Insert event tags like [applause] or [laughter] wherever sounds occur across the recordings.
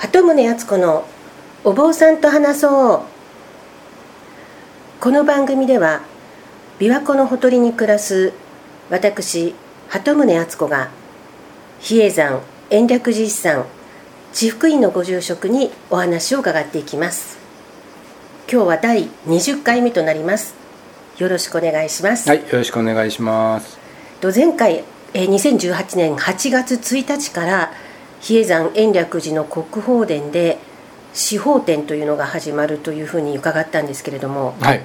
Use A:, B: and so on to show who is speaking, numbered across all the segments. A: 鳩宗敦子のお坊さんと話そうこの番組では琵琶湖のほとりに暮らす私鳩宗敦子が比叡山延暦寺一山地福院のご住職にお話を伺っていきます今日は第20回目となりますよろしくお願いします、
B: はい、よろしくお願いします。
A: と前回えー2018年8月1日から比叡山延暦寺の国宝殿で司法展というのが始まるというふうに伺ったんですけれども
B: はい。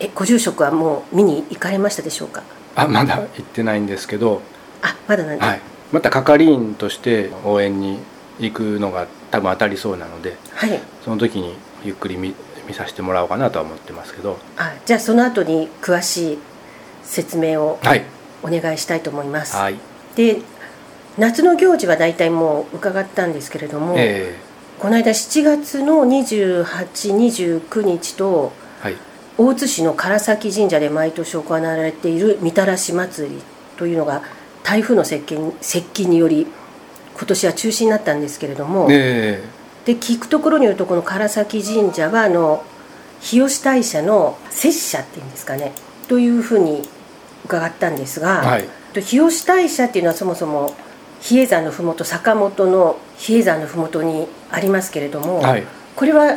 A: えご住職はもう見に行かれましたでしょうか
B: あ、まだ行ってないんですけど、
A: あまだなんで
B: はい。また係員として応援に行くのが多分当たりそうなので、
A: はい、
B: その時にゆっくり見見させてもらおうかなとは思ってますけど、
A: あじゃあその後に詳しい説明を
B: はい。
A: お願いしたいと思います、
B: はい。
A: で夏の行事は大体もう伺ったんですけれども、
B: え
A: この間7月の2829日と
B: えはい。
A: 大津市の唐崎神社で毎年行われているみたらし祭りというのが台風の接近接近により今年は中止になったんですけれども、
B: え
A: で聞くところによるとこの唐崎神社はあの日吉大社の拙者っていうんですかねというふうに伺ったんですが、
B: えはい。
A: と日吉大社っていうのはそもそも比叡山の麓坂本の比叡山の麓にありますけれども、
B: はい。
A: これは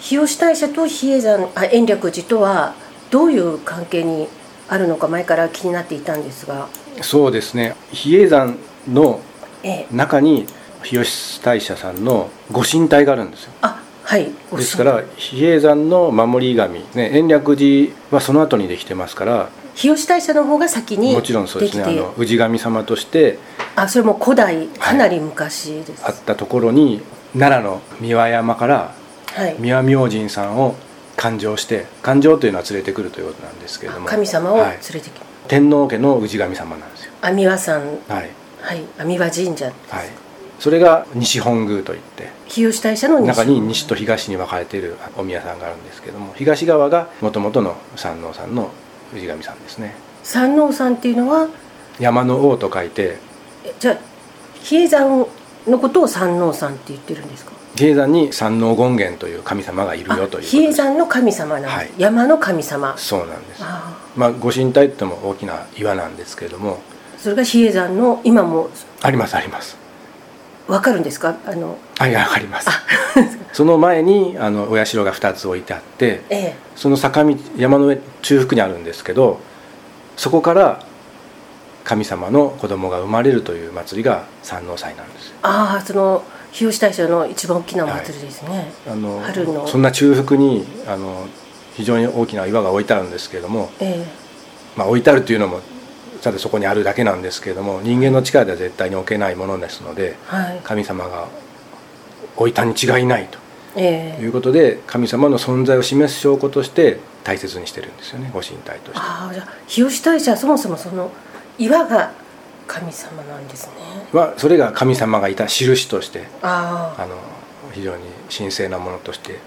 A: 日吉大社と比叡山あ延暦寺とはどういう関係にあるのか前から気になっていたんですが、
B: そうですね。比叡山の
A: ええ、
B: 中に日吉大社さんのご神体があるんですよ。
A: あはいご
B: ですから比叡山の守り神、ね、延暦寺はその後にできてますから、
A: 日吉大社の方が先に
B: もちろんそうですねあ
A: できて
B: の氏神様として
A: あそれも古代かなり昔です、
B: あったところに奈良の三輪山から
A: はい
B: 三輪明神さんを勘定して勘定というのは連れてくるということなんですけれど
A: あ
B: も
A: 神様を連
B: は
A: れ
B: い
A: てきて、
B: 天皇家の氏神様なんですよ
A: 阿弥陀さん
B: はい
A: はい阿弥陀神社
B: はいそれが西本宮といって
A: 日吉大社の西
B: 中に西と東に分かれているお宮さんがあるんですけども東側がもともとの山王さんの氏神さんですね
A: 山王さんっていうのは
B: 山の王と書いて
A: えじゃあ比叡山のことを山王さんって言ってるんですか
B: 比叡山に山王権現という神様がいるよということ
A: あ
B: です
A: 比叡山の神様なんです、
B: はい
A: 山の神様
B: そうなんです
A: あ
B: まあ、ご神体っても大きな岩なんですけれども
A: ーそれが比叡山の今も
B: ありますあります
A: わかるんですかあの
B: はいわかりますその前にあのお社が2つ置いてあって
A: [laughs] ええ
B: その坂道山の上中腹にあるんですけどそこから神様の子供が生まれるという祭りが山王祭なんですよ
A: ああその日吉大社の一番大きなお祭りですね、
B: あの
A: 春の
B: そんな中腹にあの非常に大きな岩が置いてあるんですけれども、
A: え
B: まあ、置いてあるというのもただそこにあるだけなんですけれども人間の力では絶対に置けないものですので
A: えはい
B: 神様が置いたに違いな
A: え
B: いと
A: え
B: いうことで神様の存在を示す証拠として大切にしてるんですよねご神体として
A: ああじゃあ日吉大社はそもそもその岩が神様なんですね
B: はそれが神様がいた印として
A: あ
B: あの非常に神聖なものとして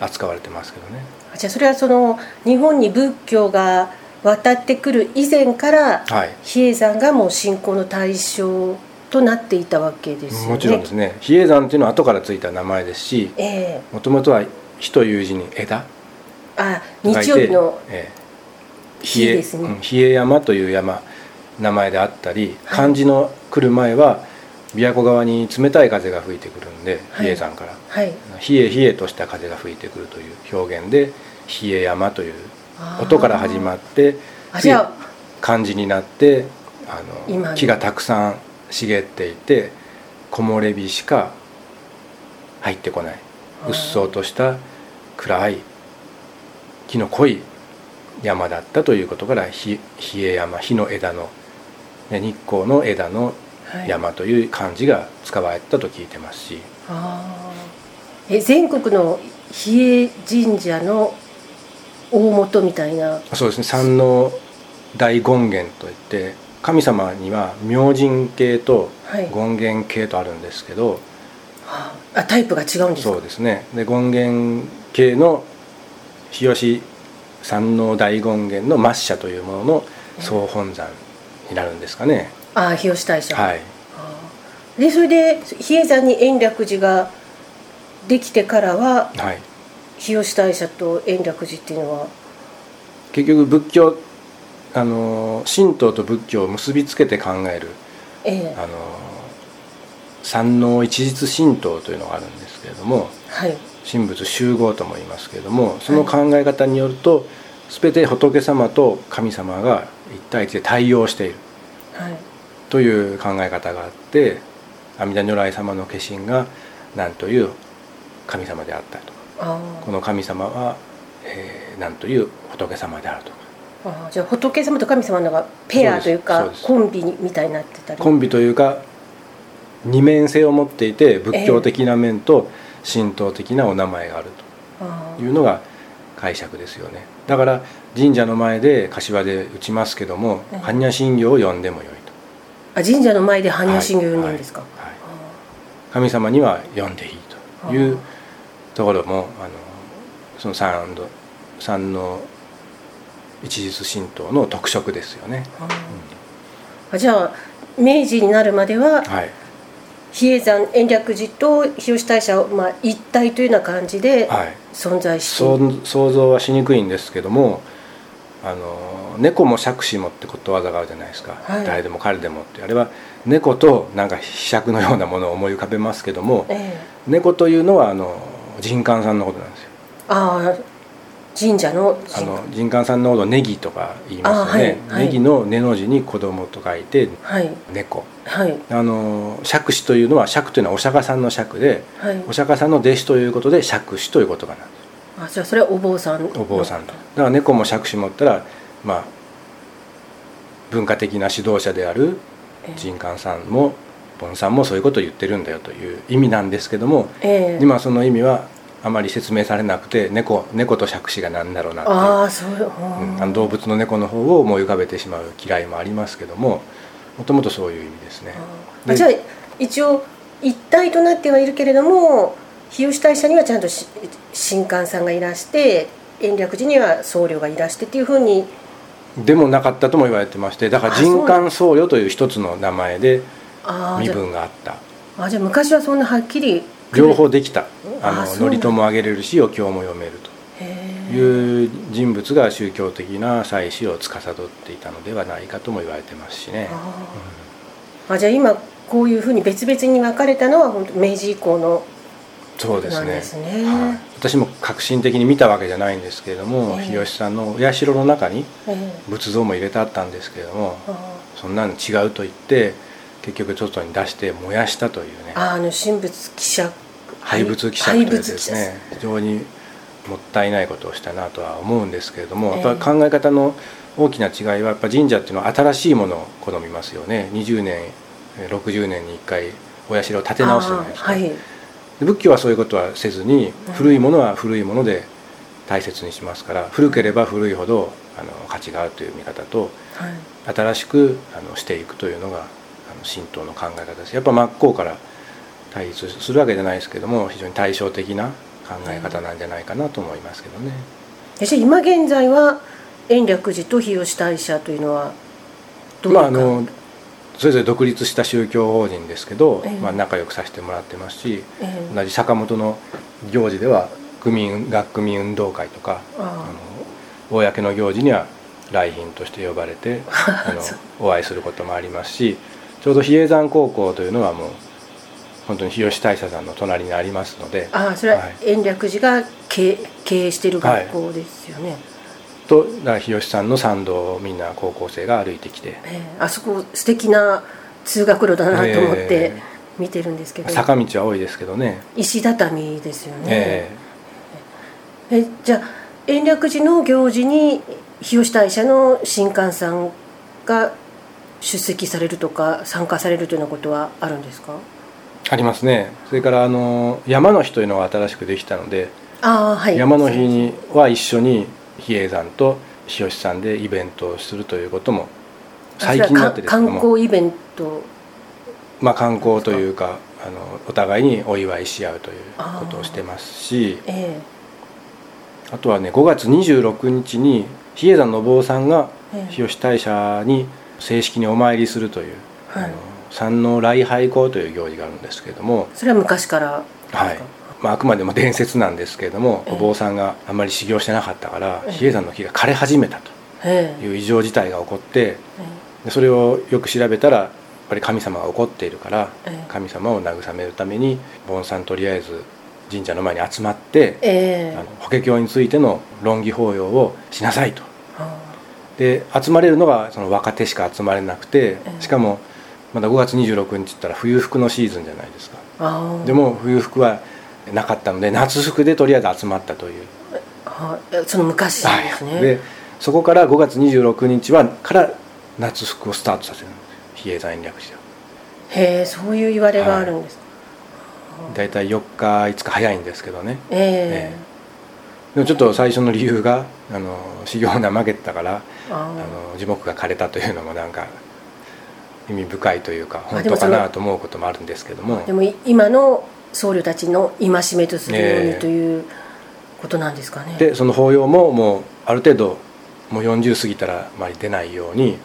B: 扱われてますけどね
A: あじゃあそれはその日本に仏教が渡ってくる以前から
B: はい
A: 比叡山がもう信仰の対象となっていたわけですよね
B: もちろんですね比叡山っていうのは後からついた名前ですし
A: ええ
B: もともとは「火」という字に「枝
A: あ」
B: と書い
A: 日
B: て
A: 曜日の
B: ええ
A: 日です
B: うん
A: ね
B: 比叡山という山名前であったり
A: はい
B: 漢字の来る前は琵琶湖側に冷たい風が吹いてくるんで、
A: はい
B: 比叡山から
A: はい
B: 冷え冷えとした風が吹いてくるという表現で比叡山という
A: あー
B: 音から始まって
A: あじゃあ
B: 漢字になってあ
A: 今
B: の
A: の
B: 木がたくさん茂っていて木漏れ日しか入ってこない
A: あー
B: うっそうとした暗い木の濃い山だったということからひ比叡山火の枝のね日光の枝の
A: はい
B: 山という漢字が使われたと聞いてますし。
A: あーえ全国の比叡神社の大元みたいな
B: そうですね山王大権現といって神様には明神系と
A: はい
B: 権現系とあるんですけど、
A: ああタイプが違うんですか
B: そうですねで権現系の日吉山王大権現の末社というものの総本山になるんですかね、
A: ああ日吉大社
B: はい
A: あでそれで比叡山に延暦寺ができてからは
B: はい、
A: 日吉大社と延暦寺っていうのは
B: 結局仏教あの神道と仏教を結びつけて考える
A: ええ
B: あの三能一律神道というのがあるんですけれども
A: はい
B: 神仏集合とも言いますけれどもその考え方によると、全て仏様と神様が一対一で対応している
A: はい
B: という考え方があって阿弥陀如来様の化身が何という神様であったりとか
A: あ
B: この神様は、えー何という仏様であるとか
A: あああじゃあ仏様と神様のがペアという
B: そう
A: か
B: です
A: コンビみたいになってたり
B: コンビというか二面性を持っていて仏教的な面と神道的なお名前があると。
A: ああ
B: いうのが解釈ですよねだから神社の前で柏で打ちますけども
A: うん
B: 般若心経を読んでもよい
A: あ神社の前で
B: と
A: 般若心経を読んでるんですか、
B: はいはい神様には読んでいいという
A: あ
B: ところもあのその三度三の一律神道の特色ですよね、
A: あああじゃあ明治になるまでは
B: はい
A: 比叡山延暦寺と日吉大社をまあ一体というような感じで
B: はい
A: 存在している、
B: そう想像はしにくいんですけどもあの猫も杓子もってことわざがあるじゃないですか、
A: はい
B: 誰でも彼でもってあれは猫となんかひしゃくのようなものを思い浮かべますけども
A: ええ
B: 猫というのはあの神官さんのことなんですよ
A: ああ神社の
B: あ
A: 神
B: の神官さんのことをネギとか言いますよね、
A: あはいはい
B: ネギの根の字に子供と書いて
A: はい
B: 猫
A: はい
B: あの釈子というのは釈というのはお釈迦さんの釈で
A: はい
B: お釈迦さんの弟子ということで釈子という言葉なんです
A: あじゃあそれはお坊さん
B: お坊さんとだから猫も釈子持ったらまあ文化的な指導者である
A: ええ
B: 神官さんもボンさんもそういうことを言ってるんだよという意味なんですけども
A: ええ
B: 今その意味はあまり説明されなくて猫猫と釈子が何だろうなって
A: あ
B: いう
A: あそういう
B: うんあの動物の猫の方を思い浮かべてしまう嫌いもありますけどももともとそういう意味ですね。
A: あ
B: で
A: じゃあ一応一体となってはいるけれども日吉大社にはちゃんとし神官さんがいらして延暦寺には僧侶がいらしてっていうふうに
B: でもなかったとも言われてましてだから
A: あそう
B: 神官僧侶という一つの名前で
A: ああ
B: 身
A: じゃ
B: 分があった。
A: ああじゃあ昔はそんなはっきり
B: 両方できた
A: あ
B: あ
A: そう
B: の
A: なん
B: 祝詞もあげれるしお経も読めると
A: へえ
B: いう人物が宗教的な祭祀を司っていたのではないかとも言われてますしね。
A: あああじゃあ今こういうふうに別々に分かれたのは本当明治以降の
B: そうです
A: そう
B: ね
A: ですね
B: はい、私も革新的に見たわけじゃないんですけれども、
A: ええ
B: 日吉さんのお社の中に
A: ええ
B: 仏像も入れてあったんですけれども
A: あ
B: そんなの違うと言って結局外に出して燃やしたというね
A: あああの神仏希釈
B: 廃仏希釈というやつですね非常にもったいないことをしたなとは思うんですけれども、
A: ええ
B: やっぱ考え方の大きな違いはやっぱ神社っていうのは新しいものを好みますよね20年えー60年に1回お社を建て直すじゃないですか、
A: ああはい
B: で仏教はそういうことはせずに
A: うん
B: 古いものは古いもので大切にしますから古ければ古いほどあの価値があるという見方と
A: はい
B: 新しくあのしていくというのがあの神道の考え方ですやっぱ真っ向から対立するわけじゃないですけども非常に対照的な考え方なんじゃないかなと思いますけどね、
A: えじゃあ今現在は延暦寺と日吉大社というのはどういう
B: ま
A: か
B: ああのそれぞれ独立した宗教法人ですけど、
A: ええ
B: まあ、仲良くさせてもらってますし
A: ええ
B: 同じ坂本の行事では区民学区民運動会とかあ
A: あ
B: の公の行事には来賓として呼ばれ
A: [laughs]
B: てあ
A: そう
B: のお会いすることもありますしちょうど比叡山高校というのはもう本当に日吉大社さんの隣にありますので
A: ああそれは
B: はい
A: 延暦寺が経営経営している学校ですよね、
B: とだから日吉さんの参道をみんな高校生が歩いてきて
A: ええあそこ素敵な通学路だなと思っ
B: え
A: て見てるんですけど、
B: 坂道は多いですけどね、
A: 石畳ですよね、
B: え
A: えじゃあ延暦寺の行事に日吉大社の神官さんが出席されるとか参加されるというようなことはあるんですか
B: えありますねそれからあの山の日というのが新しくできたので、
A: ああはい
B: 山の日には一緒に比叡山と日吉さんでイベントをするということも最近になってですけ
A: そ
B: ど
A: れ
B: も
A: はか観光イベント
B: まあ、観光というかあのお互いにお祝いし合うということをしてますし
A: え
B: あとはね5月26日に比叡山のお坊さんが
A: えええ
B: 日吉大社に正式にお参りするという、
A: はい
B: あの山王礼拝講という行事があるんですけれども、
A: それは昔からですか
B: はいまあ、あくまでも伝説なんですけれども
A: ええ
B: お坊さんがあんまり修行してなかったから
A: ええ
B: 比叡山の木が枯れ始めた
A: え
B: と
A: え
B: いう異常事態が起こって
A: え
B: でそれをよく調べたらやっぱり神様が怒っているから
A: ええ
B: 神様を慰めるために盆さんとりあえず神社の前に集まって
A: え
B: あ
A: え
B: の法華経についての論議法要をしなさいと。
A: あ
B: で集まれるのがその若手しか集まれなくて
A: ええ
B: しかもまだ5月26日って言ったら冬服のシーズンじゃないですか。
A: あ
B: でも冬服はなかったので夏服でとりあえず集まったという、
A: はいえその昔ですね、
B: でそこから5月26日はから夏服をスタートさせるんです比叡山延暦寺では
A: へえそういう言われがあるんです、
B: 大体4日5日早いんですけどね
A: え
B: えでもちょっと最初の理由があの修行を怠けてたから
A: えあ
B: あ
A: ー
B: の樹木が枯れたというのもなんか意味深いというか
A: あ
B: 本
A: でも
B: 当
A: そ
B: か
A: の
B: なと思うこともあるんですけども
A: でもい今の僧侶たちの戒めとするように、
B: ええ
A: ということなんですかね
B: でその法要ももうある程度もう40過ぎたらあまり出ないように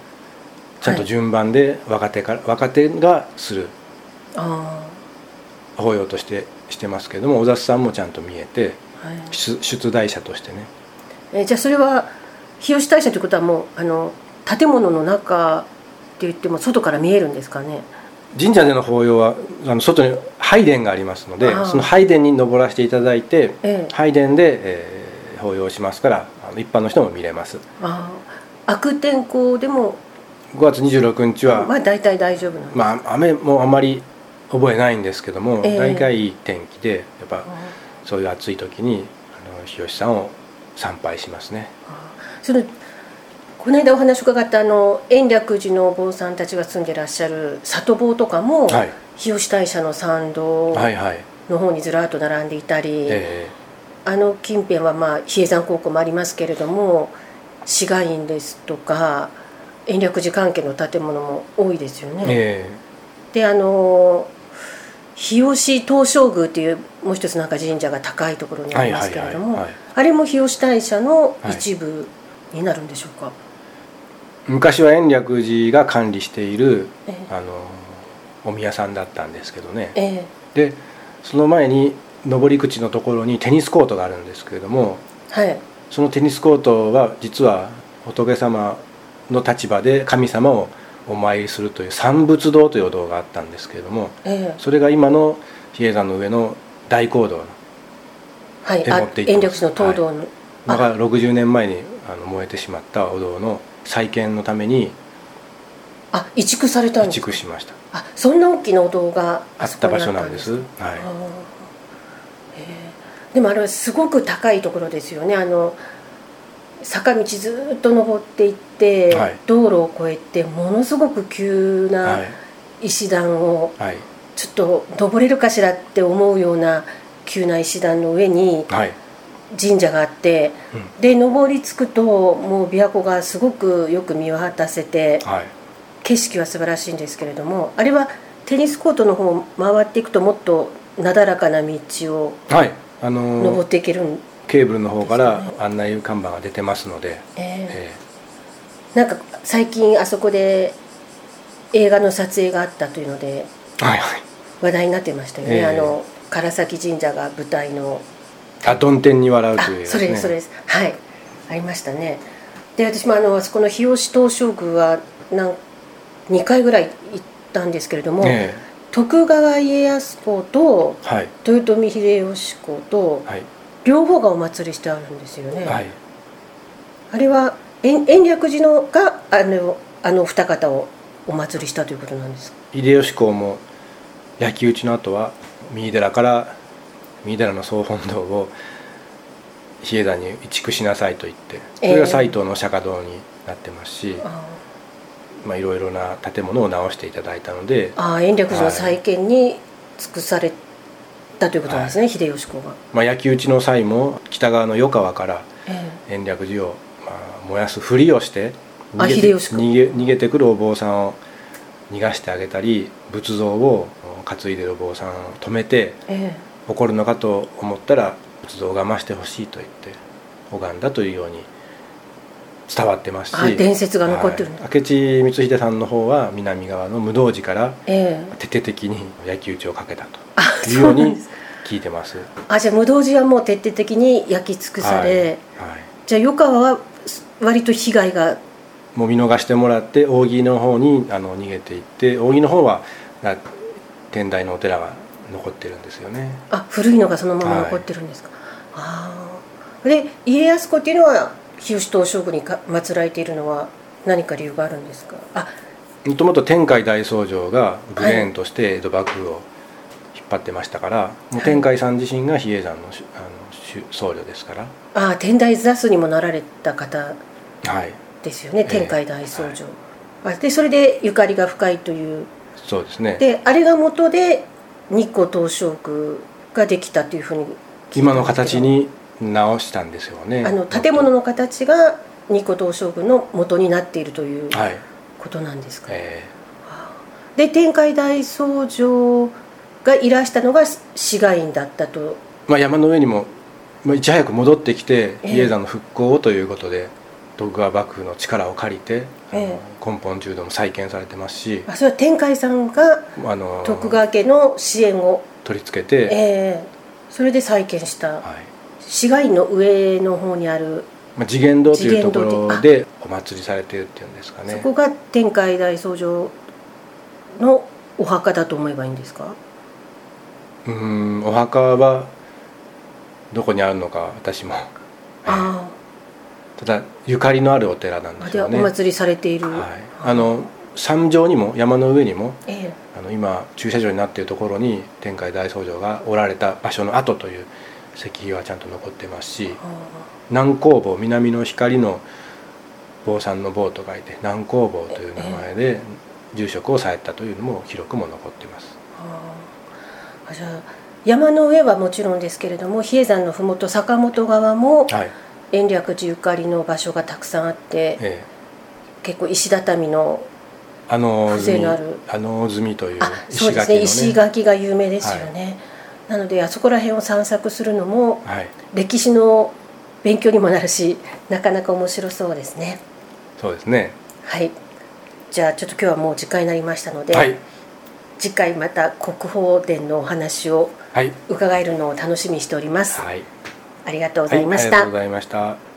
B: ちゃんと順番で若手から、若手がする
A: あ
B: 法要としてしてますけども小雑さんもちゃんと見えて
A: あ、はい
B: 出出題者としてね
A: えじゃあそれは日吉大社ということはもうあの建物の中って言っても外から見えるんですかね
B: 神社での法要はあの外に拝殿がありますので
A: ああ
B: その拝殿に登らせていただいて、
A: ええ
B: 拝殿で、えー法要しますからあの一般の人も見れます
A: ああ悪天候でも
B: 5月26日は
A: まあ大体大丈夫なんです、
B: まあ、雨もあまり覚えないんですけども、
A: ええ
B: 大概いい天気でやっぱ
A: あ
B: そういう暑い時にあの日吉さんを参拝しますね
A: あそのこの間お話伺ったあの延暦寺のお坊さんたちが住んでらっしゃる里坊とかも、
B: はい
A: 日吉大社の参道
B: はいはい
A: の方にずらっと並んでいたり、
B: え
A: あの近辺はまあ比叡山高校もありますけれども市街院ですとか延暦寺関係の建物も多いですよね。
B: ええ
A: であの日吉東照宮というもう一つなんか神社が高いところにありますけれど
B: はい
A: も
B: はいはいはい
A: あれも日吉大社の一部になるんでしょうか、
B: え昔は延暦寺が管理している
A: え
B: あのお宮さんだったんですけどね
A: ええ
B: でその前に上り口のところにテニスコートがあるんですけれども
A: はい
B: そのテニスコートは実は仏様の立場で神様をお参りするという三仏堂というお堂があったんですけれども
A: ええ
B: それが今の比叡山の上の大講堂
A: はい
B: で
A: あ
B: 持って行って
A: 延暦
B: ます
A: 寺の東堂の、
B: ま
A: あ
B: が60年前にあの燃えてしまったお堂の再建のために
A: あ移築されたん
B: 移
A: です
B: 築しました
A: あそんな大きなお堂が
B: あっ
A: そこ
B: た
A: に
B: 場所なんですは
A: あーへ
B: い
A: えでもあれはすごく高いところですよねあの坂道ずっと登っていって、
B: はい
A: 道路を越えてものすごく急な
B: はい
A: 石段を
B: はい
A: ちょっと登れるかしらって思うような急な石段の上に
B: はい、
A: 神社があって
B: うん
A: で登りつくともう琵琶湖がすごくよく見渡せて
B: はい、
A: 景色は素晴らしいんですけれどもあれはテニスコートの方を回っていくともっとなだらかな道を
B: はい、あの
A: 登っ
B: ー
A: ていけるん、
B: ケーブルの方から案内看板が出てますので、
A: え
B: え
A: ーなんか最近あそこで映画の撮影があったというので
B: えはいはい
A: 話題になってましたよね、
B: ええ
A: あの唐崎神社が舞台の
B: あどん天に笑うという
A: あ
B: やつ
A: それですそれですはいありましたねで私もあのあそこの日吉東照宮はなん2回ぐらい行ったんですけれども、
B: え
A: 徳川家康公と
B: えはい
A: 豊臣秀吉公と
B: はい
A: 両方がお祭りしてあるんですよね、
B: はい
A: あれは延延暦寺のがあのあの二方をお祭りしたということなんですか
B: 秀吉公も焼き討ちの後は三井寺から三井寺の総本堂を比叡山に移築しなさいと言ってそ
A: ええ
B: れが斎藤の釈迦堂になってますし、
A: あ
B: まあ、いろいろな建物を直していただいたので、
A: ああ延暦寺の再建に尽くされたということなんですね、秀吉公が、
B: まあ、焼き討ちの際も北側の与川から
A: え
B: 延暦寺を、まあ、燃やすふりをして
A: あ
B: 逃げて
A: 秀吉公
B: 逃げ逃げてくるお坊さんを逃がしてあげたり仏像を担いでるお坊さんを止めて
A: えええ
B: 怒るのかと思ったら仏像をがましてほしいと言って拝んだというように伝わってます
A: あ
B: し
A: 伝説が残ってるんだ
B: はい明智光秀さんの方は南側の無道寺から
A: ええ
B: 徹底的に焼き討ちをかけた
A: あ
B: という
A: そ
B: よ
A: うな
B: う
A: ん
B: に
A: ですか
B: 聞いてます。は
A: あじゃあ無道寺はもう徹底的に焼き尽くされ、
B: いはい
A: じゃあ余川は割と被害が
B: もう見逃してもらって扇の方にあの逃げていって扇の方はな天台のお寺が残ってるんですよね。
A: あ古いのがそのまま残ってるんですか、ああで家康公っていうのは日吉東照宮にか祀られているのは何か理由があるんですかあ
B: もともと天海大僧正が武芸として江戸幕府を引っ張ってましたから、もう天海さん自身が比叡山のしあのし僧侶ですから、
A: あ天台座主にもなられた方
B: はい、
A: ですよね
B: ええ
A: 天海大僧正、あでそれでゆかりが深いという
B: そうですね。
A: であれが元で日光東照宮ができたというふうに聞いたんですけど
B: 今の形に直したんですよね。
A: あの建物の形が日光東照宮の元になっているという
B: はい、
A: ことなんですか、
B: え
A: で天海大僧正がいらしたのが市街院だったと
B: ーまあ、山の上にも、まあ、いち早く戻ってきて
A: ええ
B: 比叡山の復興をということで、徳川幕府の力を借りて、あの
A: え
B: 根本柔道も再建されてますし、
A: あそれは天海さんが
B: あの
A: 徳川家の支援を、
B: 取り付けて、
A: ええそれで再建した
B: はい
A: 市街院の上の方にある、
B: まあ、次元堂というとこ
A: 次元堂
B: ろ
A: って
B: でお祭りされてるっていうんですか
A: そ
B: ね
A: こが天海大僧正のお墓だと思えばいいんですか
B: うーんお墓はどこにあるのか私も [laughs]
A: あ
B: ただゆかりのあるお寺なん
A: あ
B: です
A: では
B: よ
A: お
B: ね
A: 祭りされている、
B: はい、あの山上にも山の上にも
A: え
B: あの今駐車場になっているところに天海大僧正がおられた場所の跡という石碑はちゃんと残ってますし
A: えああ
B: 南工房南の光の坊さんの坊と書いて南工房という名前で住職をされたというのも記録も残っています
A: ああじゃあ山の上はもちろんですけれども比叡山の麓坂本側も
B: はい、
A: 延暦寺ゆかりの場所がたくさんあって
B: ええ
A: 結構石畳の
B: あの
A: 風情
B: 積み
A: のある
B: あの積みという
A: あそうで
B: 石
A: す
B: 垣の
A: ね
B: ね
A: 石垣が有名ですよね、なのであそこら辺を散策するのも
B: はい
A: 歴史の勉強にもなるしなかなか面白そうですね
B: そうですね
A: はいじゃあちょっと今日はもう時間になりましたので、
B: はい
A: 次回また国宝殿のお話を
B: はい
A: 伺えるのを楽しみにしております、
B: はい
A: ありがとうござ
B: はい
A: いまし
B: ありが
A: た、
B: とうございました。